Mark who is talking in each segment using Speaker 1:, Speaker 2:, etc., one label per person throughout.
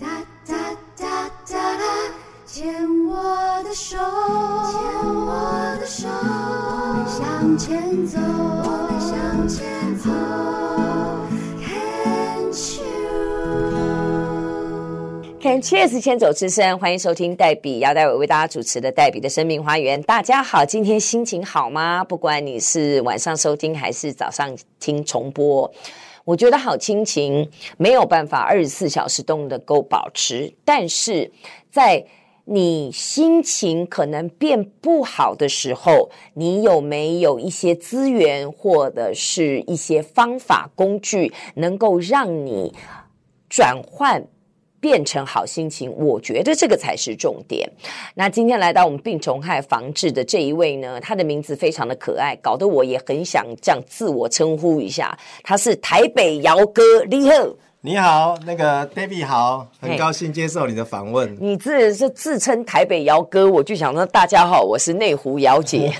Speaker 1: 哒哒哒哒哒，牵我的手，牵我的手，我们向前走，我们向前走。Can't you？
Speaker 2: 看 Cheers 牵走之声，欢迎收听黛比姚黛伟为大家主持的《黛比的生命花园》。大家好，今天心情好吗？不管你是晚上收听还是早上听重播，我觉得好心情没有办法二十四小时都能够保持，但是在你心情可能变不好的时候，你有没有一些资源或者是一些方法工具，能够让你转换变成好心情，我觉得这个才是重点。那今天来到我们病虫害防治的这一位呢，他的名字非常的可爱，搞得我也很想这样自我称呼一下。他是台北姚哥李贺，
Speaker 3: 你好，那个 David 好，
Speaker 2: 嘿
Speaker 3: 很高兴接受你的访问。
Speaker 2: 你自然是自称台北姚哥，我就想说大家好，我是内湖姚姐。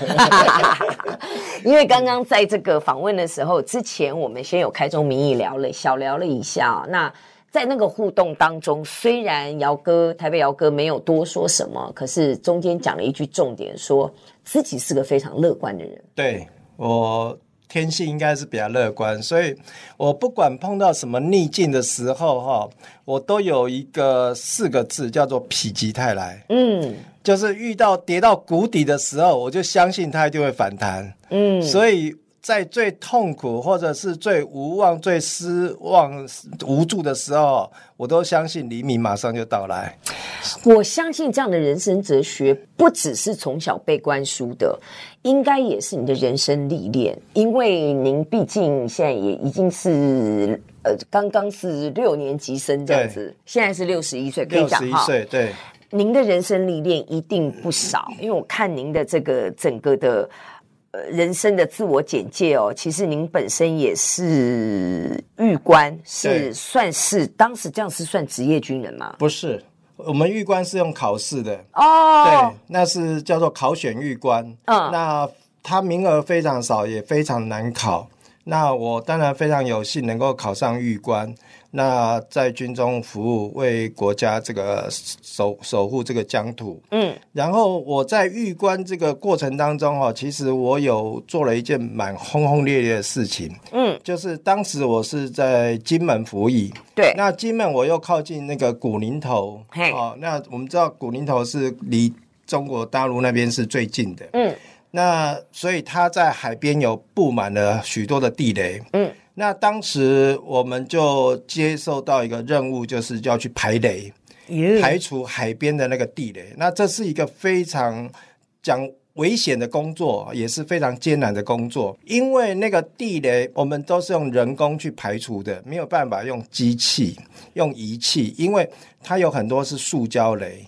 Speaker 2: 因为刚刚在这个访问的时候，之前我们先有开宗明义聊了小聊了一下哦、那在那个互动当中，虽然姚哥台北姚哥没有多说什么，可是中间讲了一句重点说，自己是个非常乐观的人。
Speaker 3: 对我天性应该是比较乐观，所以我不管碰到什么逆境的时候，哈，我都有一个四个字叫做“否极泰来
Speaker 2: 嗯”，
Speaker 3: 就是遇到跌到谷底的时候，我就相信它一定会反弹。
Speaker 2: 嗯，
Speaker 3: 所以在最痛苦或者是最无望、最失望、无助的时候，我都相信黎明马上就到来。
Speaker 2: 我相信这样的人生哲学不只是从小被灌输的，应该也是你的人生历练。因为您毕竟现在也已经是呃，刚刚是六年级生这样子，现在是六十一岁，可以
Speaker 3: 六
Speaker 2: 讲
Speaker 3: 十一
Speaker 2: 哈。
Speaker 3: 岁，对。
Speaker 2: 您的人生历练一定不少，因为我看您的这个整个的呃人生的自我简介哦，其实您本身也是狱官，是
Speaker 3: 对
Speaker 2: 算是当时这样是算职业军人吗？
Speaker 3: 不是，我们玉官是用考试的，
Speaker 2: 哦
Speaker 3: 对，，那是叫做考选玉官。
Speaker 2: 嗯
Speaker 3: 那它名额非常少，也非常难考。那我当然非常有幸能够考上玉官，那在军中服务，为国家这个守守护这个疆土。
Speaker 2: 嗯，
Speaker 3: 然后我在玉官这个过程当中哈，其实我有做了一件蛮轰轰烈烈的事情。
Speaker 2: 嗯，
Speaker 3: 就是当时我是在金门服役，
Speaker 2: 对，
Speaker 3: 那金门我又靠近那个古宁头，
Speaker 2: 嘿
Speaker 3: 哦，那我们知道古宁头是离中国大陆那边是最近的，
Speaker 2: 嗯，
Speaker 3: 那所以它在海边有布满了许多的地雷，
Speaker 2: 嗯，
Speaker 3: 那当时我们就接受到一个任务，就是要去排雷，排除海边的那个地雷。那这是一个非常讲危险的工作，也是非常艰难的工作，因为那个地雷我们都是用人工去排除的，没有办法用机器、用仪器，因为它有很多是塑胶雷。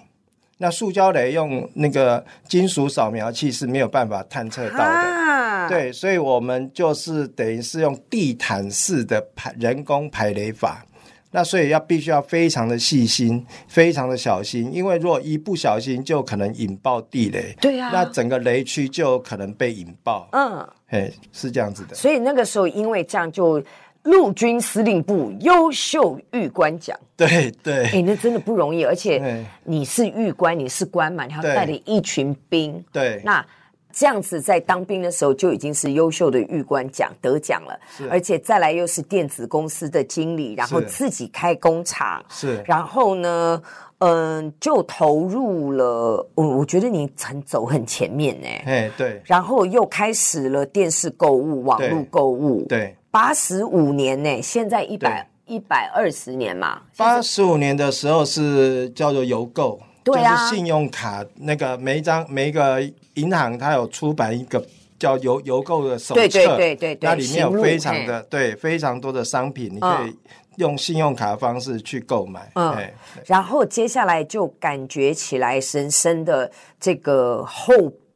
Speaker 3: 那塑胶雷用那个金属扫描器是没有办法探测到的，
Speaker 2: 啊，
Speaker 3: 对，所以我们就是等于是用地毯式的排人工排雷法。那所以要必须要非常的细心，非常的小心，因为如果一不小心就可能引爆地雷，
Speaker 2: 对啊
Speaker 3: 那整个雷区就有可能被引爆，
Speaker 2: 嗯，
Speaker 3: 哎，是这样子的。
Speaker 2: 所以那个时候因为这样就。陆军司令部优秀狱官 奖，
Speaker 3: 对对、
Speaker 2: 哎，那真的不容易，而且
Speaker 3: 对
Speaker 2: 你是狱官，你是官嘛，你还要
Speaker 3: 对
Speaker 2: 带着一群兵，
Speaker 3: 对，
Speaker 2: 那这样子在当兵的时候就已经是优秀的狱官奖得奖了，而且再来又是电子公司的经理，然后
Speaker 3: 是
Speaker 2: 自己开工厂，
Speaker 3: 是
Speaker 2: 然后呢，嗯，就投入了，我我觉得你很走很前面呢、
Speaker 3: 哎对
Speaker 2: 然后又开始了电视购物、网络购物。，
Speaker 3: 对，
Speaker 2: 八十五年呢，现在一百一百二十年嘛，
Speaker 3: 八十五年的时候是叫做邮购，
Speaker 2: 对啊
Speaker 3: 就是信用卡那个每一张每一个银行它有出版一个叫邮邮购的手册，
Speaker 2: 对对对对对
Speaker 3: 那里面
Speaker 2: 行
Speaker 3: 有
Speaker 2: 路
Speaker 3: 非常的对非常多的商品，你可以用信用卡的方式去购买，
Speaker 2: 嗯
Speaker 3: 哎，
Speaker 2: 然后接下来就感觉起来深深的这个后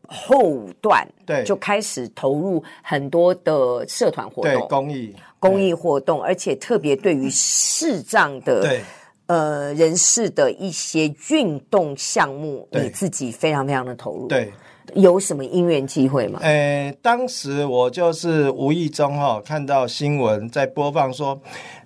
Speaker 2: 后段，
Speaker 3: 对
Speaker 2: 就开始投入很多的社团活
Speaker 3: 对
Speaker 2: 动、
Speaker 3: 公益
Speaker 2: 公益活动，而且特别对于视障的
Speaker 3: 对
Speaker 2: 呃人士的一些运动项目，
Speaker 3: 对
Speaker 2: 你自己非常非常的投入。，
Speaker 3: 对。
Speaker 2: 有什么因缘机会吗？
Speaker 3: 呃，当时我就是无意中哈、看到新闻在播放说，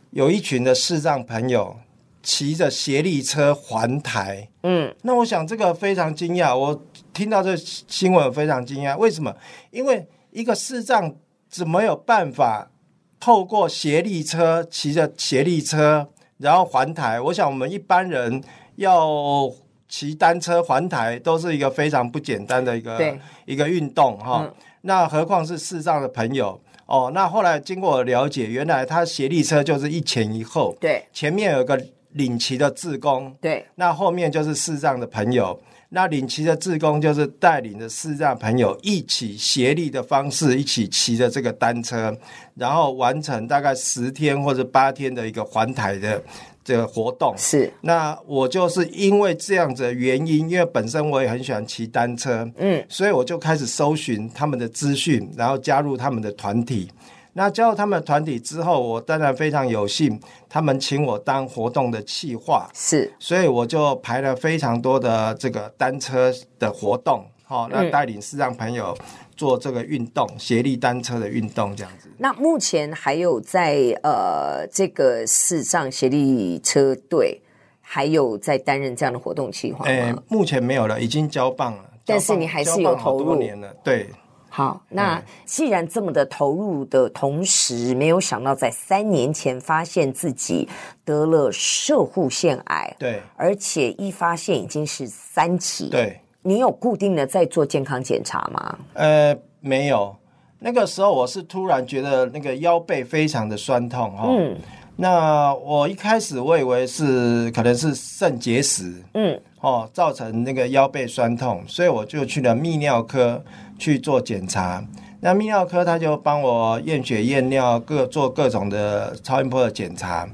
Speaker 3: 有一群的视障朋友骑着协力车环台。
Speaker 2: 嗯，
Speaker 3: 那我想这个非常惊讶，我听到这新闻非常惊讶。为什么？因为一个视障怎么有办法透过协力车骑着协力车，然后环台？我想我们一般人要骑单车环台，都是一个非常不简单的一个
Speaker 2: 对
Speaker 3: 一个运动哈。
Speaker 2: 嗯
Speaker 3: 那何况是视障的朋友哦？那后来经过我了解，原来他协力车就是一前一后，
Speaker 2: 对
Speaker 3: 前面有个领骑的志工，
Speaker 2: 对
Speaker 3: 那后面就是视障的朋友，那领骑的志工就是带领着视障朋友一起协力的方式，一起骑着这个单车，然后完成大概十天或者八天的一个环台的这个活动。
Speaker 2: 是，
Speaker 3: 那我就是因为这样子的原因，因为本身我也很喜欢骑单车，
Speaker 2: 嗯，
Speaker 3: 所以我就开始搜寻他们的资讯，然后加入他们的团体。那加入他们的团体之后，我当然非常有幸，他们请我当活动的企划。
Speaker 2: 是
Speaker 3: 所以我就排了非常多的这个单车的活动，
Speaker 2: 嗯
Speaker 3: 好、那带领视障朋友做这个运动，协力单车的运动这样子。
Speaker 2: 那目前还有在呃这个视障协力车队，还有在担任这样的活动计划吗？
Speaker 3: 哎、目前没有了，已经交棒了。
Speaker 2: 嗯但是
Speaker 3: 交棒
Speaker 2: 你还是
Speaker 3: 交棒
Speaker 2: 有
Speaker 3: 好
Speaker 2: 投
Speaker 3: 多
Speaker 2: 入
Speaker 3: 年了，对，
Speaker 2: 好，那
Speaker 3: 哎
Speaker 2: 既然这么的投入的同时，没有想到在三年前发现自己得了射护腺癌，
Speaker 3: 对，
Speaker 2: 而且一发现已经是三期。，
Speaker 3: 对，
Speaker 2: 你有固定的在做健康检查吗？
Speaker 3: 呃，没有。那个时候我是突然觉得那个腰背非常的酸痛哈、
Speaker 2: 嗯
Speaker 3: 那我一开始我以为是可能是肾结石，
Speaker 2: 嗯，
Speaker 3: 哦，造成那个腰背酸痛，所以我就去了泌尿科去做检查。那泌尿科他就帮我验血、验尿，各做各种的超音波的检查，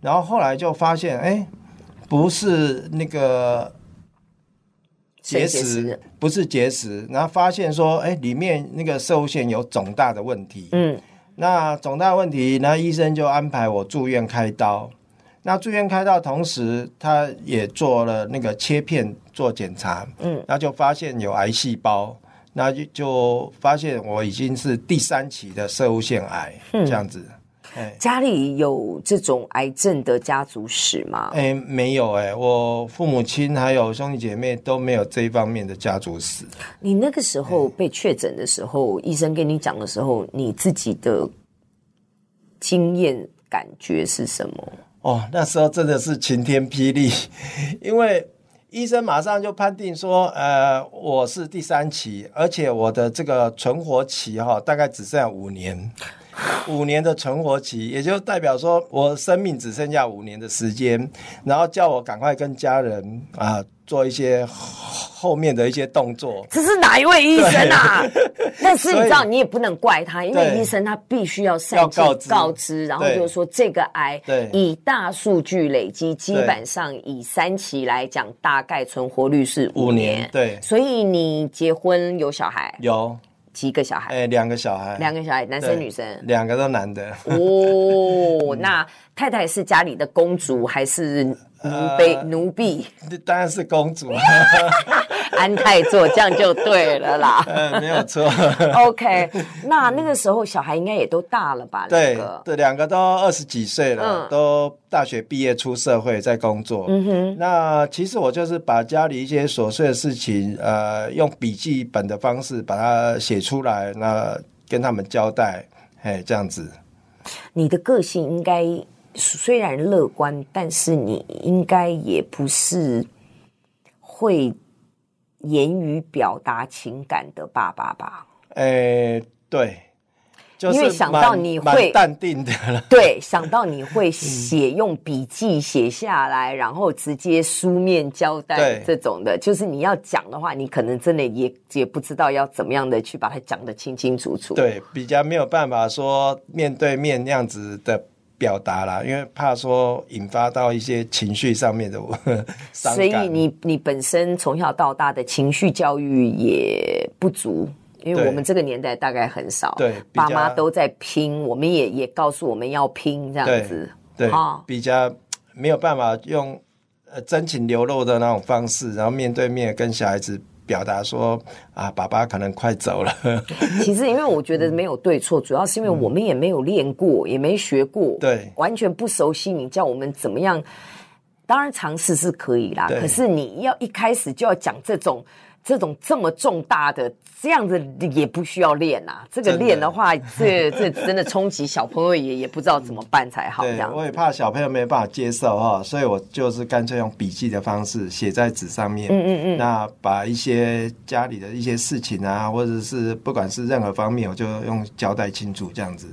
Speaker 3: 然后后来就发现，哎，不是那个结
Speaker 2: 肾结
Speaker 3: 石
Speaker 2: 石，
Speaker 3: 不是结石，然后发现说，哎，里面那个射物腺有肿大的问题。
Speaker 2: 嗯，
Speaker 3: 那肿大问题，那医生就安排我住院开刀。那住院开刀同时，他也做了那个切片做检查，
Speaker 2: 嗯，
Speaker 3: 那就发现有癌细胞，那就就发现我已经是第三期的射物腺癌、这样子。哎
Speaker 2: 家里有这种癌症的家族史吗？
Speaker 3: 哎，没有哎、我父母亲还有兄弟姐妹都没有这一方面的家族史。
Speaker 2: 你那个时候被确诊的时候，医生跟你讲的时候，你自己的经验感觉是什么？
Speaker 3: 哦，那时候真的是晴天霹雳， 因为医生马上就判定说，呃，我是第三期，而且我的这个存活期哈、大概只剩下五年，五年的存活期，也就代表说我生命只剩下五年的时间，然后叫我赶快跟家人啊、做一些后面的一些动作。
Speaker 2: 这是哪一位医生啊？但是你
Speaker 3: 所以
Speaker 2: 知道，你也不能怪他，因为
Speaker 3: 对
Speaker 2: 医生他必须要
Speaker 3: 要
Speaker 2: 擅自
Speaker 3: 告知
Speaker 2: 告知，然后
Speaker 3: 对
Speaker 2: 就是说这个癌
Speaker 3: 对
Speaker 2: 以大数据累积，基本上以三期来讲，大概存活率是五
Speaker 3: 五
Speaker 2: 年。
Speaker 3: 年，对，
Speaker 2: 所以你结婚有小孩，
Speaker 3: 有，
Speaker 2: 几个小孩？
Speaker 3: 哎，两个小孩，
Speaker 2: 两个小孩，男
Speaker 3: 对
Speaker 2: 生女生？
Speaker 3: 两个都男的。
Speaker 2: 哦，
Speaker 3: 嗯
Speaker 2: 那太太是家里的公主还是奴婢？
Speaker 3: 呃
Speaker 2: 奴婢
Speaker 3: 当然是公主，
Speaker 2: 安泰座，这样就对了 啦。
Speaker 3: 呃，没有错。
Speaker 2: OK，那那个时候小孩应该也都大了吧？
Speaker 3: 对
Speaker 2: 两个
Speaker 3: 对，两个都二十几岁了，
Speaker 2: 嗯
Speaker 3: 都大学毕业出社会，在工作。嗯哼，那其实我就是把家里一些琐碎的事情，呃，用笔记本的方式把它写出来，那跟他们交代，哎，这样子。
Speaker 2: 你的个性应该虽然乐观，但是你应该也不是会言语表达情感的爸爸吧？
Speaker 3: 哎，对，就是
Speaker 2: 因为想到
Speaker 3: 蛮
Speaker 2: 你会
Speaker 3: 蛮淡定的了。
Speaker 2: 对，想到你会
Speaker 3: 嗯
Speaker 2: 写用笔记写下来，然后直接书面交代
Speaker 3: 对
Speaker 2: 这种的，就是你要讲的话，你可能真的也也不知道要怎么样的去把它讲得清清楚楚。
Speaker 3: 对，比较没有办法说面对面那样子的表达啦，因为怕说引发到一些情绪上面的 伤感。啊
Speaker 2: 所以你你本身从小到大的情绪教育也不足。因为
Speaker 3: 对
Speaker 2: 我们这个年代大概很少，
Speaker 3: 对比
Speaker 2: 爸
Speaker 3: 较
Speaker 2: 妈都在拼，我们也也告诉我们要拼这样子，
Speaker 3: 对，
Speaker 2: 啊
Speaker 3: 比较没有办法用呃真情流露的那种方式，然后面对面跟小孩子表达说啊，爸爸可能快走了，
Speaker 2: 其实，因为我觉得没有对 错，主要是因为我们也没有练过，也没学过，
Speaker 3: 嗯对
Speaker 2: 完全不熟悉。你叫我们怎么样当然尝试是可以啦，
Speaker 3: 对
Speaker 2: 可是你要一开始就要讲这种这种这么重大的，这样子也不需要练啊。这个
Speaker 3: 真的
Speaker 2: 练的话，这这真的冲击小朋友也也不知道怎么办才好这
Speaker 3: 对，
Speaker 2: 样。
Speaker 3: 我也怕小朋友没办法接受哈，所以我就是干脆用笔记的方式写在纸上面。嗯嗯嗯。那把一些家里的一些事情啊，或者是不管是任何方面，我就用交代清楚这样子。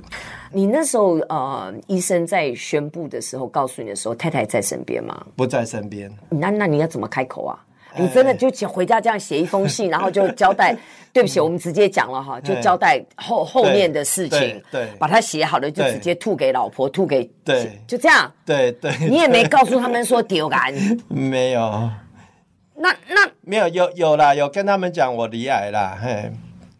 Speaker 2: 你那时候呃，医生在宣布的时候告诉你的时候，太太在身边吗？
Speaker 3: 不在身边，
Speaker 2: 那那你要怎么开口啊？
Speaker 3: 哎
Speaker 2: 你真的就写回家这样写一封信，然后就交 代，对不起，我们直接讲了哈，就交代后后面的事情，
Speaker 3: 哎对对
Speaker 2: 把它写好了就直接吐给老婆，吐给，
Speaker 3: 对
Speaker 2: 就这样，
Speaker 3: 对对，
Speaker 2: 你也没告诉他们说丢感，
Speaker 3: 没有
Speaker 2: 那那
Speaker 3: 没有有有啦，有跟他们讲我离癌啦，嘿，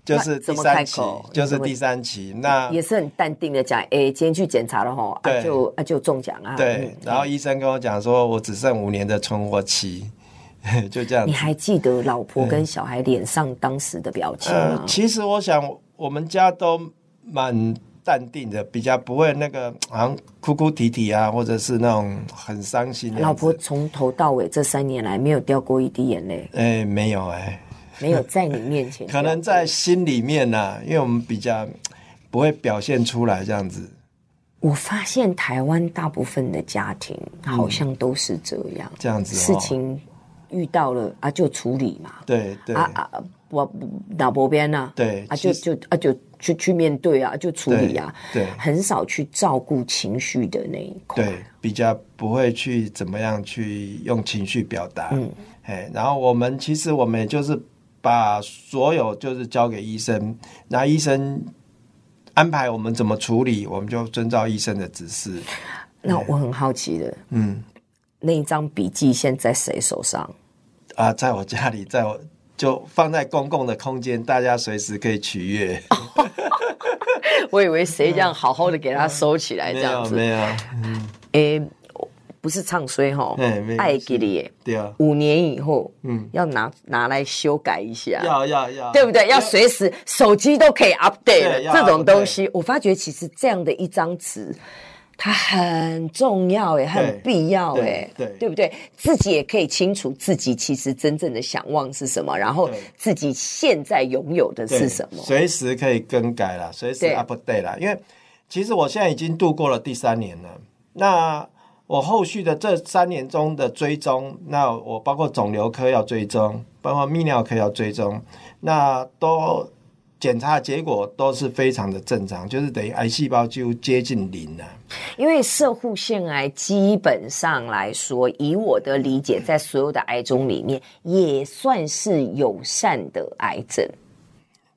Speaker 3: 就是
Speaker 2: 那怎
Speaker 3: 第
Speaker 2: 么
Speaker 3: 三
Speaker 2: 开
Speaker 3: 期
Speaker 2: 口，
Speaker 3: 就是
Speaker 2: 怎么
Speaker 3: 第三期。那
Speaker 2: 也是很淡定的讲，哎，今天去检查了哈，啊
Speaker 3: 啊对
Speaker 2: 就啊就中奖啊，
Speaker 3: 对
Speaker 2: 嗯，
Speaker 3: 然后医生跟我讲说，我只剩五年的存活期， 就这样
Speaker 2: 嗯你
Speaker 3: 子。
Speaker 2: 还记得老婆跟小孩脸上当时的表情
Speaker 3: 嗯呃
Speaker 2: 吗，？
Speaker 3: 其实我想我们家都蛮淡定的，比较不会那个好像哭哭啼啼啊，或者是那种很伤心的
Speaker 2: 老
Speaker 3: 样子。
Speaker 2: 婆从头到尾这三年来没有掉过一滴眼泪，
Speaker 3: 哎、没有哎、
Speaker 2: 没有在你面前掉
Speaker 3: 可
Speaker 2: 过，
Speaker 3: 能在心里面呐、因为我们比较不会表现出来这样子。
Speaker 2: 我发现台湾大部分的家庭好像都是这样，
Speaker 3: 这样子哦
Speaker 2: 事情遇到了啊就处理嘛，
Speaker 3: 对对、
Speaker 2: 啊啊我脑波边呐，
Speaker 3: 对
Speaker 2: 啊
Speaker 3: 其
Speaker 2: 就
Speaker 3: 实
Speaker 2: 就啊就去去面对啊，就处理啊，
Speaker 3: 对对
Speaker 2: 很少去照顾情绪的那一块。
Speaker 3: 对，比较不会去怎么样去用情绪表达。嗯，哎，然后我们其实我们也就是把所有就是交给医生，那医生安排我们怎么处理，我们就遵照医生的指示。
Speaker 2: 那我很好奇的，嗯，那一张笔记现在谁手上？
Speaker 3: 啊，在我家里，在我就放在公共的空间，大家随时可以取阅。
Speaker 2: 啊我以为谁这样好好的给他收起来这
Speaker 3: 没
Speaker 2: 样
Speaker 3: 有
Speaker 2: 子，
Speaker 3: 没有，
Speaker 2: 诶、不是唱衰哈
Speaker 3: 哎没有，
Speaker 2: 爱给你耶。
Speaker 3: 对啊，
Speaker 2: 五年以后，嗯
Speaker 3: 嗯，
Speaker 2: 要拿拿来修改一下，
Speaker 3: 要要要，
Speaker 2: 对不对？要随时手机都可以 update 了，
Speaker 3: 对要
Speaker 2: 这种东西，我发觉其实这样的一张纸。它很重要哎，很必要哎，
Speaker 3: 对对
Speaker 2: 不对？自己也可以清楚自己其实真正的想望是什么，然后
Speaker 3: 对
Speaker 2: 自己现在拥有的
Speaker 3: 对
Speaker 2: 是什么。
Speaker 3: 随时可以更改啦，随时
Speaker 2: 对
Speaker 3: update 啦。因为其实我现在已经度过了第三年了，那我后续的这三年中的追踪，那我包括肿瘤科要追踪，包括泌尿科要追踪，那都检查结果都是非常的正常，就是等于癌细胞几乎接近零了、
Speaker 2: 因为射护腺癌基本上来说，以我的理解，在所有的癌种里面，也算是友善的癌症。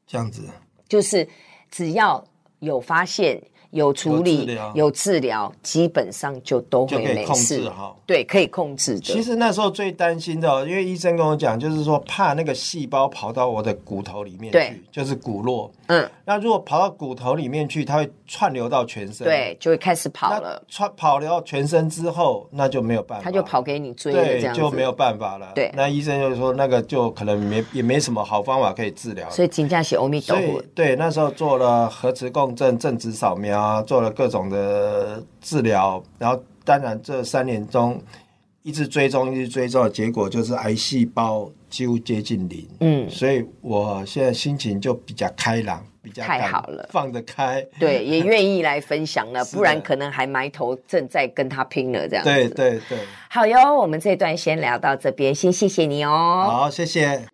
Speaker 3: 这样子。
Speaker 2: 就是只要有发现、有处
Speaker 3: 有
Speaker 2: 理
Speaker 3: 治疗、
Speaker 2: 有治疗，基本上就都会
Speaker 3: 就可以
Speaker 2: 没
Speaker 3: 控
Speaker 2: 事
Speaker 3: 制好。
Speaker 2: 对，可以控制的。
Speaker 3: 其实那时候最担心的哦，因为医生跟我讲，就是说怕那个细胞跑到我的骨头里面
Speaker 2: 对
Speaker 3: 去，就是骨络。
Speaker 2: 嗯，
Speaker 3: 那如果跑到骨头里面去，它会串流到全身。，
Speaker 2: 对，就会开始跑
Speaker 3: 那
Speaker 2: 了，
Speaker 3: 串跑流到全身之后，那就没有办法，
Speaker 2: 他就跑给你追了，这
Speaker 3: 对，
Speaker 2: 样子
Speaker 3: 就没有。办法了。
Speaker 2: 对
Speaker 3: 那医生就说那个就可能没也没什么好方法可以治疗。
Speaker 2: 所以金价写欧米斗
Speaker 3: 所以对那时候做了核磁共振、正子扫描啊，做了各种的治疗，然后当然这三年中一直追踪，一直追踪的结果就是癌细胞几乎接近零。
Speaker 2: 嗯，
Speaker 3: 所以我现在心情就比较开朗，比较
Speaker 2: 太
Speaker 3: 敢
Speaker 2: 好了
Speaker 3: 放得开。
Speaker 2: 对，也愿意来分享了，
Speaker 3: 是的
Speaker 2: 不然可能还埋头正在跟他拼了这样子。
Speaker 3: 对对对，
Speaker 2: 好哟，我们这段先聊到这边，先谢谢你哦。
Speaker 3: 好，谢谢。